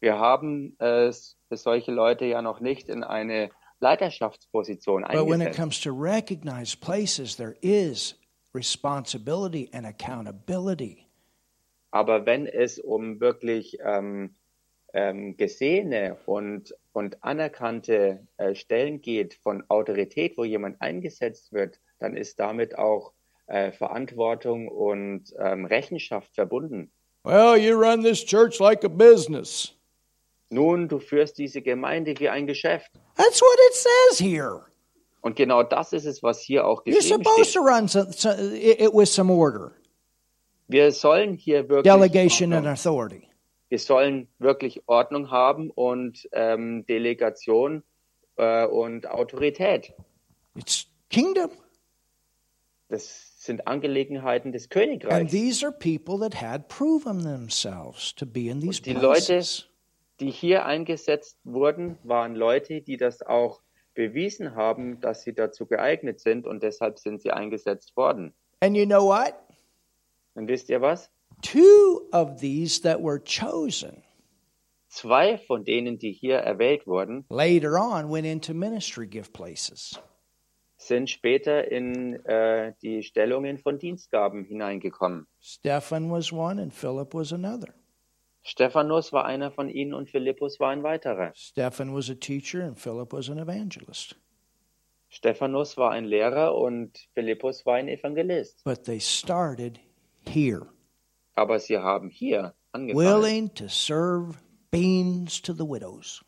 Wir haben äh, s- solche Leute ja noch nicht in eine Leiterschaftsposition But when it eingesetzt. comes to recognized places, there is responsibility and accountability. Aber wenn es um wirklich ähm, ähm, gesehene und, und anerkannte äh, Stellen geht von Autorität, wo jemand eingesetzt wird, dann ist damit auch äh, Verantwortung und ähm, Rechenschaft verbunden. Well, you run this church like a business. Nun, du führst diese Gemeinde wie ein Geschäft. That's what it says here. Und genau das ist es, was hier auch You're geschrieben supposed steht. to run some, some, it, it with some order, Wir sollen hier wirklich delegation, and Ordnung- authority. wir sollen wirklich Ordnung haben und ähm, Delegation äh, und Autorität. It's kingdom. Das sind Angelegenheiten des And Königreichs, these are people that had proven themselves to be in these die places. Leute- die hier eingesetzt wurden, waren Leute, die das auch bewiesen haben, dass sie dazu geeignet sind und deshalb sind sie eingesetzt worden. And you know what? Und wisst ihr was? Two of these that were chosen Zwei von denen, die hier erwählt wurden, later on went into ministry gift places. sind später in äh, die Stellungen von Dienstgaben hineingekommen. Stephan was one and Philip was another. Stephanus war einer von ihnen und Philippus war ein weiterer. Stephan was a teacher and Philip was an evangelist. Stephanus war ein Lehrer und Philippus war ein Evangelist. But they started here, Aber sie haben hier angefangen. willing to serve beans to the widows.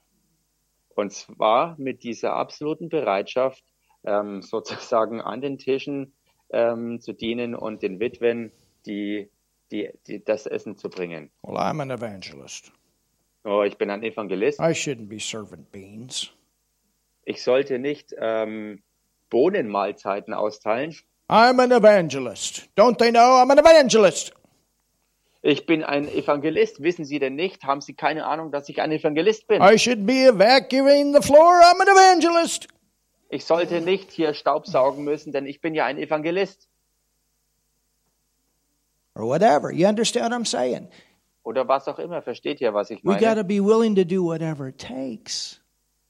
Und zwar mit dieser absoluten Bereitschaft, ähm, sozusagen an den Tischen ähm, zu dienen und den Witwen die, die, die, das Essen zu bringen. Well, I'm an evangelist. Oh, ich bin ein Evangelist. I shouldn't be serving beans. Ich sollte nicht ähm, Bohnenmahlzeiten austeilen. I'm an evangelist. Don't they know I'm an evangelist? Ich bin ein Evangelist. Wissen Sie denn nicht? Haben Sie keine Ahnung, dass ich ein Evangelist bin? I should be evacuating the floor. I'm an evangelist. Ich sollte nicht hier Staubsaugen müssen, denn ich bin ja ein Evangelist. Or whatever. You understand what I'm saying? oder was auch immer. Versteht ihr, was ich We got meine? to be willing to do whatever it takes.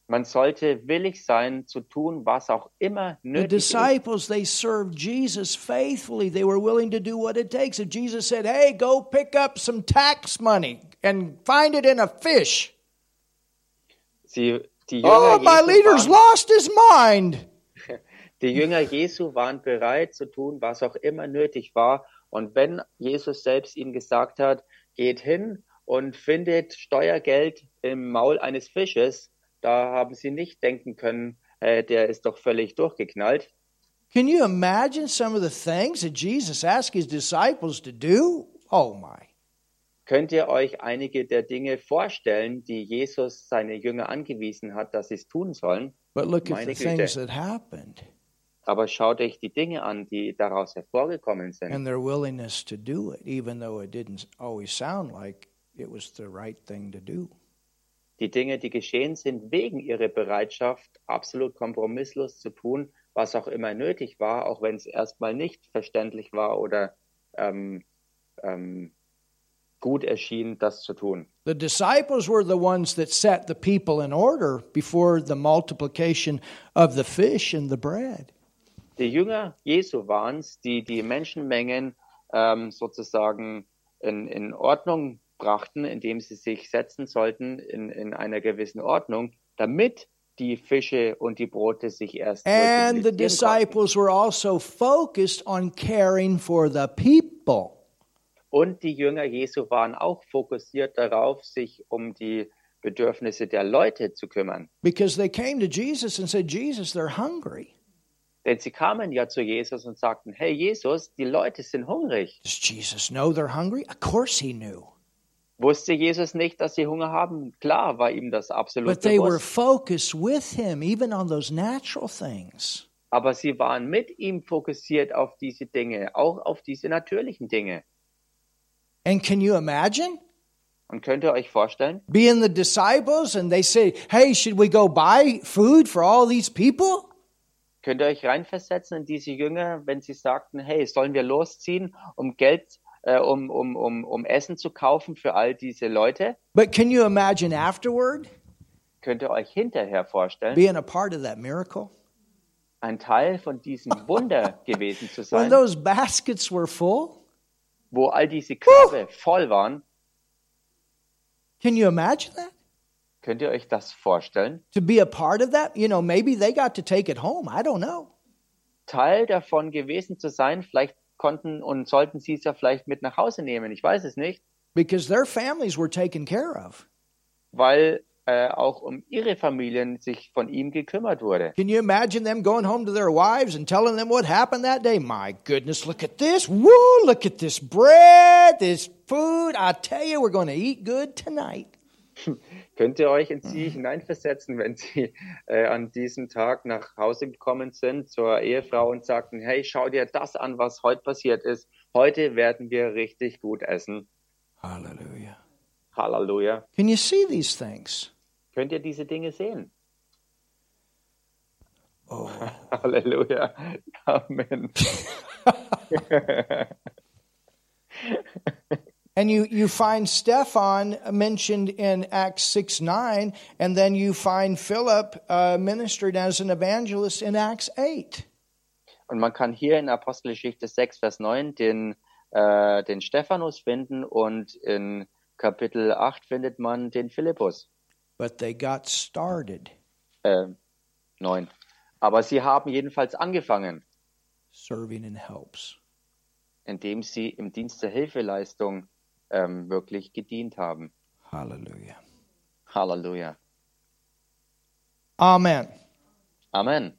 Man sollte willig sein, zu tun, was auch immer The nötig ist. disciples, they served Jesus faithfully. They were willing to do what it takes. If Jesus said, hey, go pick up some tax money and find it in a fish. Sie, die, Oh, Jünger my leader's Jesu waren, lost his mind. die Jünger Jesu waren bereit zu tun, was auch immer nötig war. Und wenn Jesus selbst ihnen gesagt hat, geht hin und findet Steuergeld im Maul eines Fisches, da haben sie nicht denken können, äh, der ist doch völlig durchgeknallt. Can you imagine some of the things that Jesus asked his disciples to do? Oh, my. Könnt ihr euch einige der Dinge vorstellen, die Jesus seine Jünger angewiesen hat, dass sie es tun sollen? But look at Meine the Güte. things that happened Aber schaut euch die Dinge an, die daraus hervorgekommen sind. and their willingness to do it, even though it didn't always sound like it was the right thing to do. Die Dinge, die geschehen sind, wegen ihrer Bereitschaft, absolut kompromisslos zu tun, was auch immer nötig war, auch wenn es erstmal nicht verständlich war oder ähm, ähm, gut erschien, das zu tun. The disciples were the ones that set the people in order before the multiplication of the fish and the bread. Die Jünger Jesu waren es, die die Menschenmengen ähm, sozusagen in, in Ordnung brachten, indem sie sich setzen sollten in, in einer gewissen Ordnung, damit die Fische und die Brote sich erst And the multiplizieren konnten. disciples were also focused on caring for the people. Und die Jünger Jesu waren auch fokussiert darauf, sich um die Bedürfnisse der Leute zu kümmern. Because they came to Jesus and said, Jesus, they're hungry. Denn sie kamen ja zu Jesus und sagten, hey Jesus, die Leute sind hungrig. Does Jesus know they're hungry? Of course he knew. Wusste Jesus nicht, dass sie Hunger haben? Klar war ihm das absolut But they were bewusst. focused with him, even on those natural things. Aber sie waren mit ihm fokussiert auf diese Dinge, auch auf diese natürlichen Dinge. And can you imagine Und könnt ihr euch vorstellen, being the disciples and they say, hey, should we go buy food for all these people? Könnt ihr euch reinversetzen in diese Jünger, wenn sie sagten, hey, sollen wir losziehen, um Geld, äh, um, um, um, um Essen zu kaufen für all diese Leute? But can you imagine afterward Könnt ihr euch hinterher vorstellen, being a part of that miracle? ein Teil von diesem Wunder gewesen zu When sein, those baskets were full, wo all diese Körbe voll waren? can you imagine that? Könnt ihr euch das vorstellen? To be a part of that? You know, maybe they got to take it home. I don't know. Teil davon gewesen zu sein, vielleicht konnten und sollten sie es ja vielleicht mit nach Hause nehmen, ich weiß es nicht, Because their families were taken care of. weil äh, auch um ihre Familien sich von ihm gekümmert wurde. Can you imagine them going home to their wives and telling them what happened that day? My goodness, look at this. Woo, look at this bread, this food. I tell you, we're going to eat good tonight. Könnt ihr euch in sie hineinversetzen, wenn sie äh, an diesem Tag nach Hause gekommen sind zur Ehefrau und sagten, hey, schau dir das an, was heute passiert ist. Heute werden wir richtig gut essen. Hallelujah. Halleluja. Can you see these things? Könnt ihr diese Dinge sehen? Oh. Halleluja. Amen. And you, you find Stefan mentioned in Acts 6 9, and then you find Philip uh, ministered as an evangelist in Acts 8. Und man kann hier in Apostelgeschichte 6, Vers 9 den, äh, den Stephanus finden und in Kapitel 8 findet man den Philippus. But they got started Äh, 9. Aber sie haben jedenfalls angefangen. serving in helps. indem sie im Dienst der Hilfeleistung ähm, wirklich gedient haben. Hallelujah. Halleluja. Amen. Amen.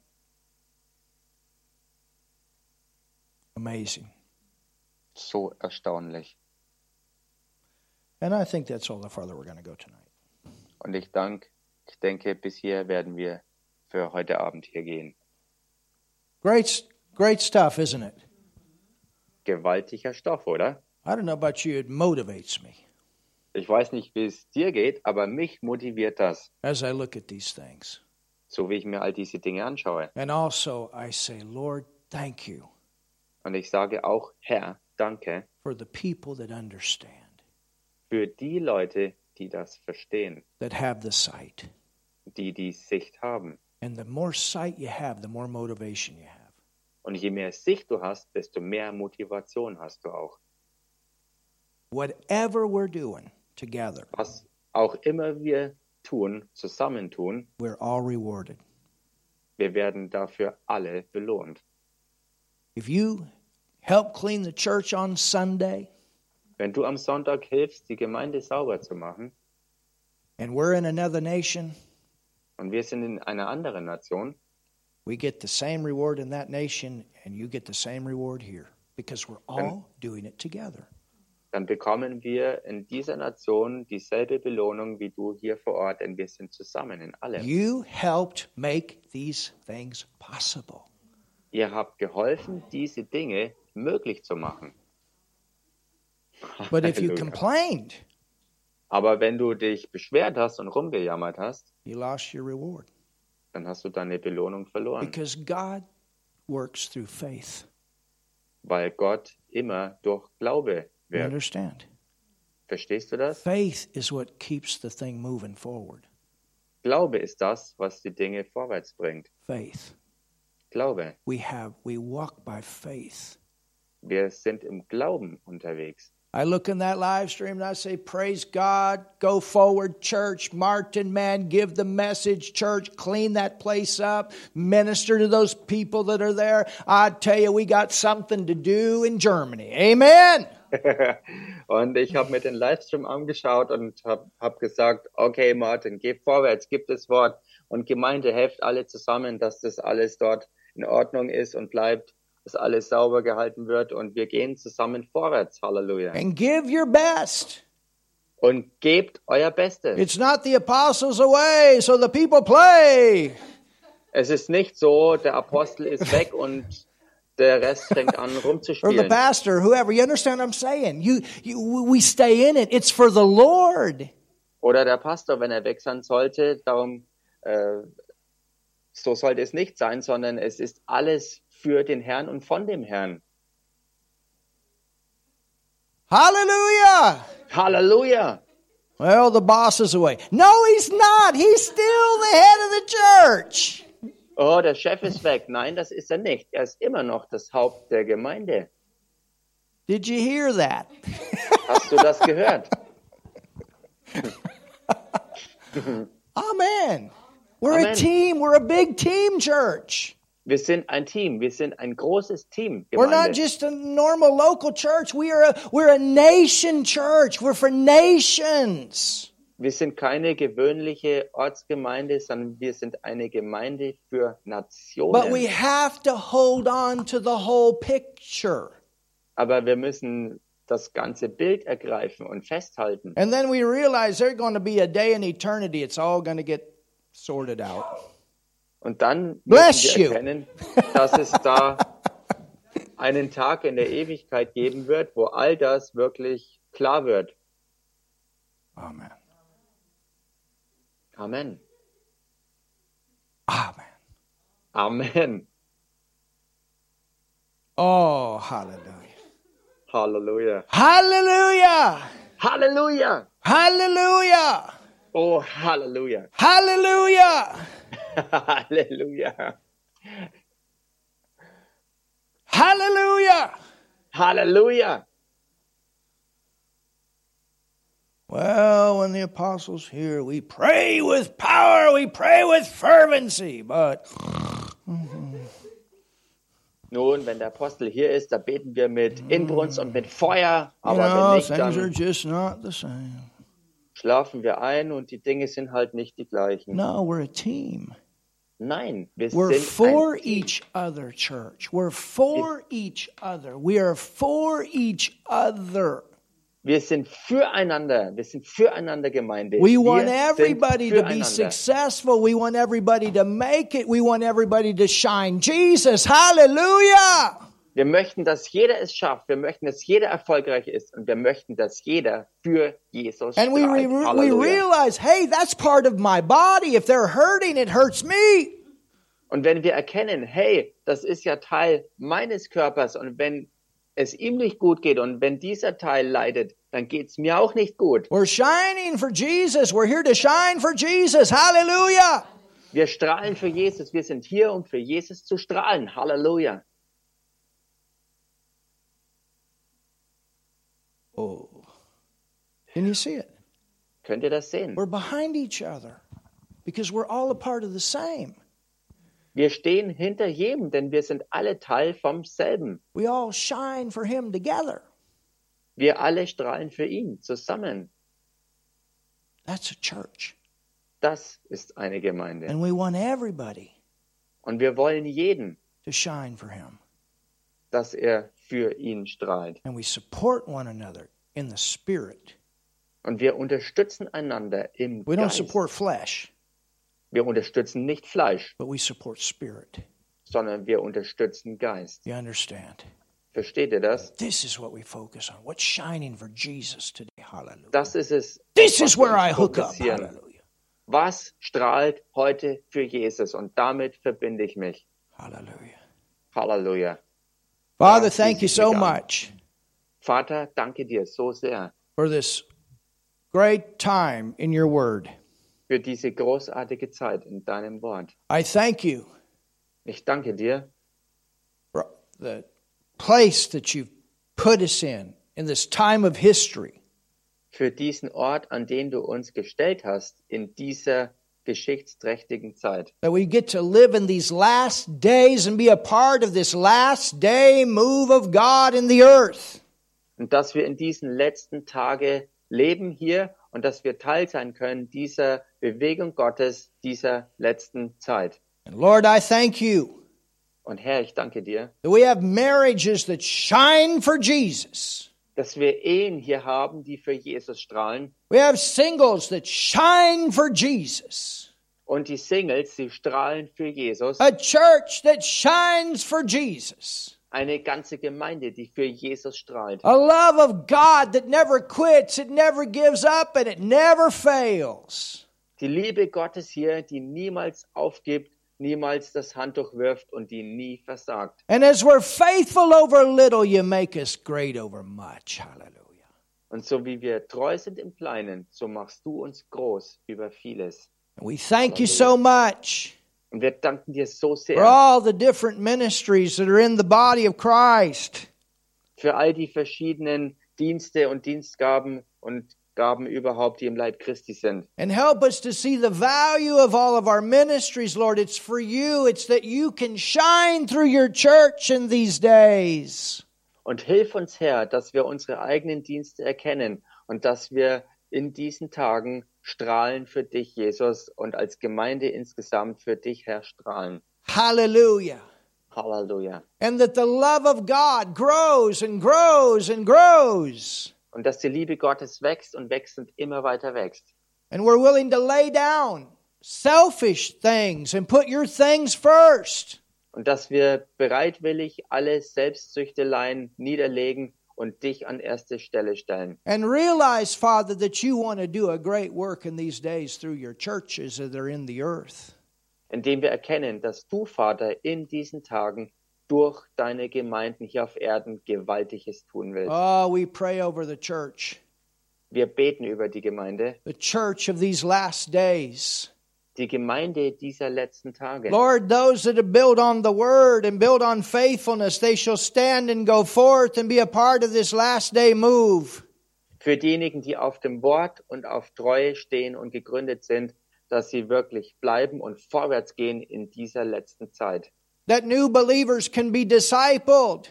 Amazing. So erstaunlich. And I think that's all the farther we're going to go tonight. Und ich dank, ich denke, bis hier werden wir für heute Abend hier gehen. Great, great stuff, isn't it? Gewaltiger Stoff, oder? I don't know about you, it motivates me Ich weiß nicht, wie es dir geht, aber mich motiviert das, as I look at these things. so wie ich mir all diese Dinge anschaue. And also, I say, Lord, thank you Und ich sage auch, Herr, danke for the people that understand, für die Leute, die das verstehen, that have the sight. die die Sicht haben. And the more sight you have, the more motivation you have. Und je mehr Sicht du hast, desto mehr Motivation hast du auch. Whatever we're doing together, was auch immer wir tun, zusammentun, we're all rewarded. wir werden dafür alle belohnt. If you help clean the church on Sunday, Wenn du am Sonntag hilfst, die Gemeinde sauber zu machen, and we're in another nation, und wir sind in einer anderen Nation, we get the same reward in that nation, and you get the same reward here because we're all doing it together. dann bekommen wir in dieser Nation dieselbe Belohnung wie du hier vor Ort, denn wir sind zusammen in allem. You helped make these things possible. Ihr habt geholfen, diese Dinge möglich zu machen. But if you Hallelujah. complained, Aber wenn du dich beschwert hast und rumgejammert hast, you lost your reward dann hast du deine Belohnung verloren, because God works through faith. weil Gott immer durch Glaube You wirkt. understand? Verstehst du das? Faith is what keeps the thing moving forward. Glaube ist das, was die Dinge vorwärts bringt. Faith. Glaube. We have we walk by faith. Wir sind im Glauben unterwegs. I look in that live stream and I say, Praise God, go forward, church, Martin man, give the message, church, clean that place up, minister to those people that are there. I tell you, we got something to do in Germany. Amen. und ich habe mir den Livestream angeschaut und habe hab gesagt, okay Martin, geh vorwärts, gib das Wort und Gemeinde helft alle zusammen, dass das alles dort in Ordnung ist und bleibt, dass alles sauber gehalten wird und wir gehen zusammen vorwärts. Halleluja. and give your best. Und gebt euer Bestes. It's not the apostles away, so the people play. Es ist nicht so, der Apostel ist weg und der Rest fängt an Or the rumzuspielen. pastor, whoever. You understand what I'm saying? You, you, we stay in it. It's for the Lord. Oder der Pastor, wenn er weg sein sollte, darum, äh, so sollte es nicht sein, sondern es ist alles für den Herrn und von dem Herrn. Hallelujah. Halleluja! Well, the boss is away. No, he's not. He's still the head of the church. Oh, der Chef ist weg. Nein, das ist er nicht. Er ist immer noch das Haupt der Gemeinde. Did you hear that? Hast du das gehört? Amen. We're a Amen. team. We're a big team church. Wir sind ein Team. Wir sind ein großes Team. We're not Gemeinde. just a normal local church. We are a, we're a nation church. We're for nations. Wir sind keine gewöhnliche Ortsgemeinde, sondern wir sind eine Gemeinde für But we Nationen. have to hold on to the whole picture. Aber wir müssen das ganze Bild ergreifen und festhalten. And then we realize there's going to be a day in eternity. It's all going to get sorted out. Und dann Bless müssen wir you. erkennen, dass es da einen Tag in der Ewigkeit geben wird, wo all das wirklich klar wird. Amen. Amen. Amen. Amen. Oh, hallelujah. Halleluja. Hallelujah. Halleluja. Hallelujah. Oh, Halleluja. Hallelujah. Halleluja. Hallelujah. Halleluja. Well, when the apostles hear, we pray with power, we pray with fervency, but Nun, wenn der Apostel hier ist, da beten wir mit Mm. Inbrunst und mit Feuer, you aber know, wenn nicht, things are dann just not the same. schlafen wir ein und die Dinge sind halt nicht die gleichen. No, we're a team. Nein, wir We're sind for ein Team. each other, church. We're for each other. We are for each other. Wir sind füreinander. Wir sind füreinander Gemeinde. We wir want sind everybody to be füreinander. successful. We want everybody to make it. We want everybody to shine. Jesus, hallelujah. Wir möchten, dass jeder es schafft. Wir möchten, dass jeder erfolgreich ist. Und wir möchten, dass jeder für Jesus And we, re- strahlt. we Halleluja. realize, hey, that's part of my body. If they're hurting, it hurts me. Und wenn wir erkennen, hey, das ist ja Teil meines Körpers. Und wenn es ihm nicht gut geht und wenn dieser Teil leidet, dann geht's mir auch nicht gut. We're shining for Jesus. We're here to shine for Jesus. Hallelujah. Wir strahlen für Jesus. Wir sind hier, um für Jesus zu strahlen. Halleluja. Oh. Can you see it? Könnt ihr das sehen? We're behind each other because we're all a part of the same. Wir stehen hinter jedem, denn wir sind alle Teil vom selben. We all shine for Him together. Wir alle strahlen für ihn zusammen. That's a church. Das ist eine Gemeinde. And we want everybody Und wir wollen jeden, to shine for Him. dass er für ihn strahlt. And we support one another in the spirit. Und wir unterstützen einander im We don't Geist. support flesh, Wir unterstützen nicht Fleisch, but we support spirit. sondern wir unterstützen Geist. You understand? Versteht ihr das? This is what we focus on. What's shining for Jesus today? Hallelujah. Das ist es. This was is wir where I uns hook up. fokussieren. Hallelujah. Was strahlt heute für Jesus? Und damit verbinde ich mich. Hallelujah. Halleluja. Father, Yeah, thank you this is so God. much Vater, danke dir so sehr for this great time in your word. für diese großartige Zeit in deinem Wort. I thank you Ich danke dir for the place that you've put us in, in this time of history. für diesen Ort, an den du uns gestellt hast, in dieser geschichtsträchtigen Zeit. That we get to live in these last days and be a part of this last day move of God in the earth. Und dass wir in diesen letzten Tage leben hier und dass wir Teil sein können dieser Bewegung Gottes dieser letzten Zeit. And Lord, I thank you Und Herr, ich danke dir, that we have marriages that shine for Jesus. dass wir Ehen hier haben, die für Jesus strahlen. We have singles that shine for Jesus. Und die Singles, sie strahlen für Jesus. A church that shines for Jesus. Eine ganze Gemeinde, die für Jesus strahlt. A love of God that never quits, it never gives up, and it never fails. Die Liebe Gottes hier, die niemals aufgibt, niemals das Handtuch wirft und die nie versagt. And as we're faithful over little, you make us great over much. Hallelujah. Und so wie wir treu sind im Kleinen, so machst du uns groß über vieles. And we thank you so much Und wir danken dir so for sehr all the different ministries that are in the body of Christ. für all die verschiedenen Dienste und Dienstgaben und Gaben überhaupt, die im Leib Christi sind. And help us to see the value of all of our ministries, Lord. It's for you. It's that you can shine through your church in these days. Und hilf uns, Herr, dass wir unsere eigenen Dienste erkennen und dass wir in diesen Tagen strahlen für dich, Jesus, und als Gemeinde insgesamt für dich, Herr, strahlen. Hallelujah. Halleluja. And that the love of God grows and grows and grows. Und dass die Liebe Gottes wächst und wächst und immer weiter wächst. And we're willing to lay down selfish things and put your things first. Und dass wir bereitwillig alle Selbstzüchteleien niederlegen und dich an erste Stelle stellen. And realize, Father, that you want to do a great work in these days through your churches that are in the earth. indem wir erkennen, dass du, Vater, in diesen Tagen durch deine Gemeinden hier auf Erden Gewaltiges tun willst. Oh, we pray over the church. Wir beten über die Gemeinde, the church of these last days. die Gemeinde dieser letzten Tage. Lord, those that are built on the word and built on faithfulness, they shall stand and go forth and be a part of this last day move. Für diejenigen, die auf dem Wort und auf Treue stehen und gegründet sind, dass sie wirklich bleiben und vorwärts gehen in dieser letzten Zeit. That new believers can be discipled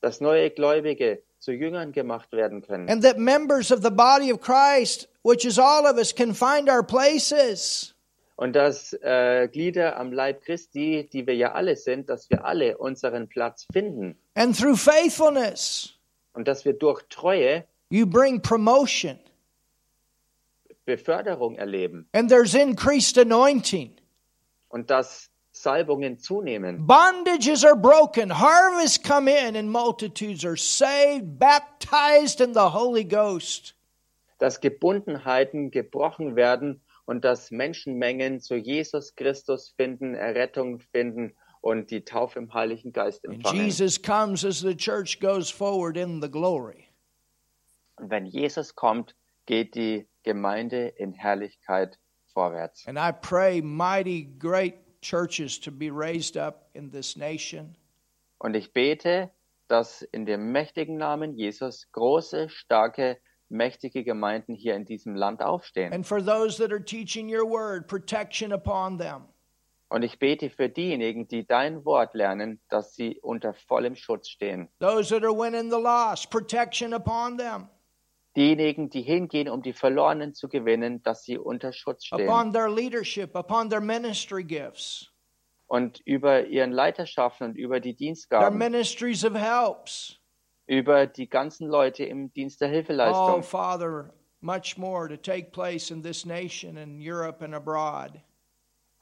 Dass neue Gläubige zu Jüngern gemacht werden können. and that members of the body of Christ, which is all of us, can find our places. Und dass äh, Glieder am Leib Christi, die wir ja alle sind, dass wir alle unseren Platz finden. And through faithfulness, Und dass wir durch Treue you bring promotion Beförderung erleben and there's increased anointing. und dass Salbungen zunehmen, Bondages are broken, harvests come in, and multitudes are saved, baptized in the Holy Ghost. dass Gebundenheiten gebrochen werden und dass Menschenmengen zu Jesus Christus finden, Errettung finden und die Taufe im Heiligen Geist And empfangen. Jesus comes as the church goes forward in the glory. Und wenn Jesus kommt, geht die Gemeinde in Herrlichkeit vorwärts. And I pray mighty great churches to be raised up in this nation. Und ich bete, dass in dem mächtigen Namen Jesus große, starke, mächtige Gemeinden hier in diesem Land aufstehen. And for those that are teaching your word, protection upon them. Und ich bete für diejenigen, die dein Wort lernen, dass sie unter vollem Schutz stehen. Those that are winning the lost, protection upon them. Diejenigen, die hingehen, um die Verlorenen zu gewinnen, dass sie unter Schutz stehen. Upon their leadership, upon their ministry gifts, Und über ihren Leiterschaften und über die their Dienstgaben, ministries of helps. über die ganzen Leute im Dienst der Oh, Hilfeleistung. Father, much more to take place in this nation and Europe and abroad.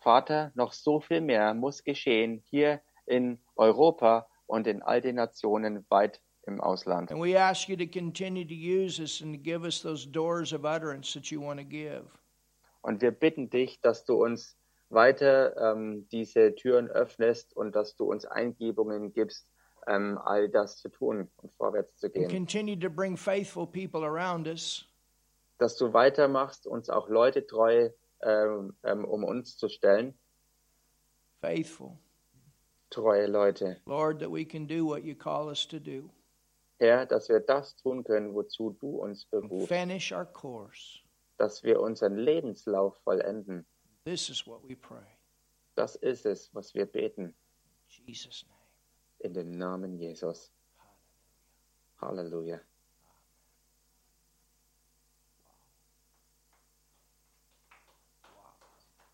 Vater, noch so viel mehr muss geschehen hier in Europa und in all den Nationen weit im Ausland. And we ask you to continue to use us and to give us those doors of utterance that you want to give. Und wir bitten dich, dass du uns weiter ähm, diese Türen öffnest und dass du uns Eingebungen gibst, ähm, all das zu tun und vorwärts zu And gehen. continue to bring faithful people around us. Dass du weitermachst, uns auch Leute treu ähm, ähm, um uns zu stellen, Faithful. treue Leute. Lord, that we can do what you call us to do Herr, dass wir das tun können, wozu du uns and berufst, finish our course. dass wir unseren Lebenslauf vollenden. This is what we pray. Das ist es, was wir In beten, Jesus' name. in dem Namen Jesus. Halleluja.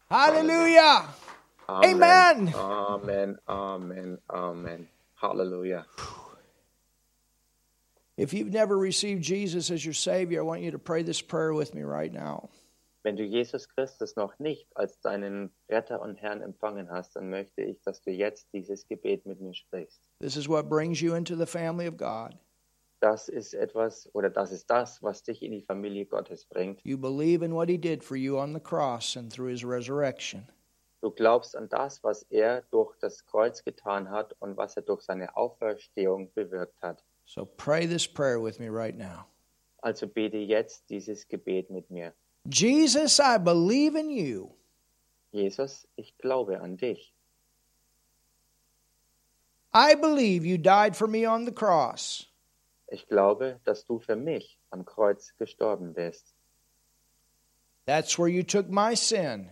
Hallelujah. Amen. Amen. Amen. Amen. Hallelujah. If you've never received Jesus as your Savior, I want you to pray this prayer with me right now. Wenn du Jesus Christus noch nicht als deinen Retter und Herrn empfangen hast, dann möchte ich, dass du jetzt dieses Gebet mit mir sprichst. This is what brings you into the family of God. Das ist etwas oder das ist das, was dich in die Familie Gottes bringt. You believe in what He did for you on the cross and through His resurrection. Du glaubst an das, was er durch das Kreuz getan hat und was er durch seine Auferstehung bewirkt hat. So pray this prayer with me right now. Also bete jetzt dieses Gebet mit mir. Jesus, I believe in you. Jesus, ich glaube an dich. I believe you died for me on the cross. Ich glaube, dass du für mich am Kreuz gestorben bist. That's where you took my sin.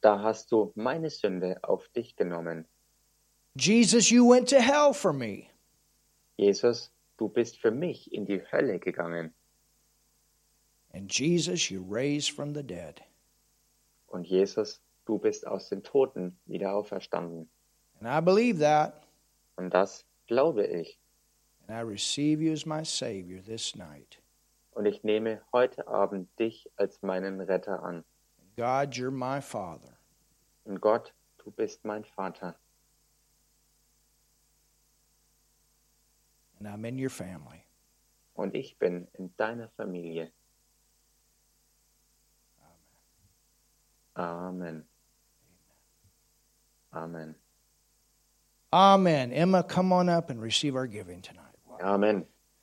Da hast du meine Sünde auf dich genommen. Jesus, you went to hell for me. Jesus, du bist für mich in die Hölle gegangen. And Jesus, you raised from the dead. Und Jesus, du bist aus den Toten wieder auferstanden. And I believe that. Und das glaube ich. And I receive you as my Savior this night. Und ich nehme heute Abend dich als meinen Retter an. God, you're my Father. Und Gott, du bist mein Vater. And I'm in your family. Und ich bin in deiner Familie. Amen. Amen. Amen. Emma, come on up and receive our giving tonight. Amen.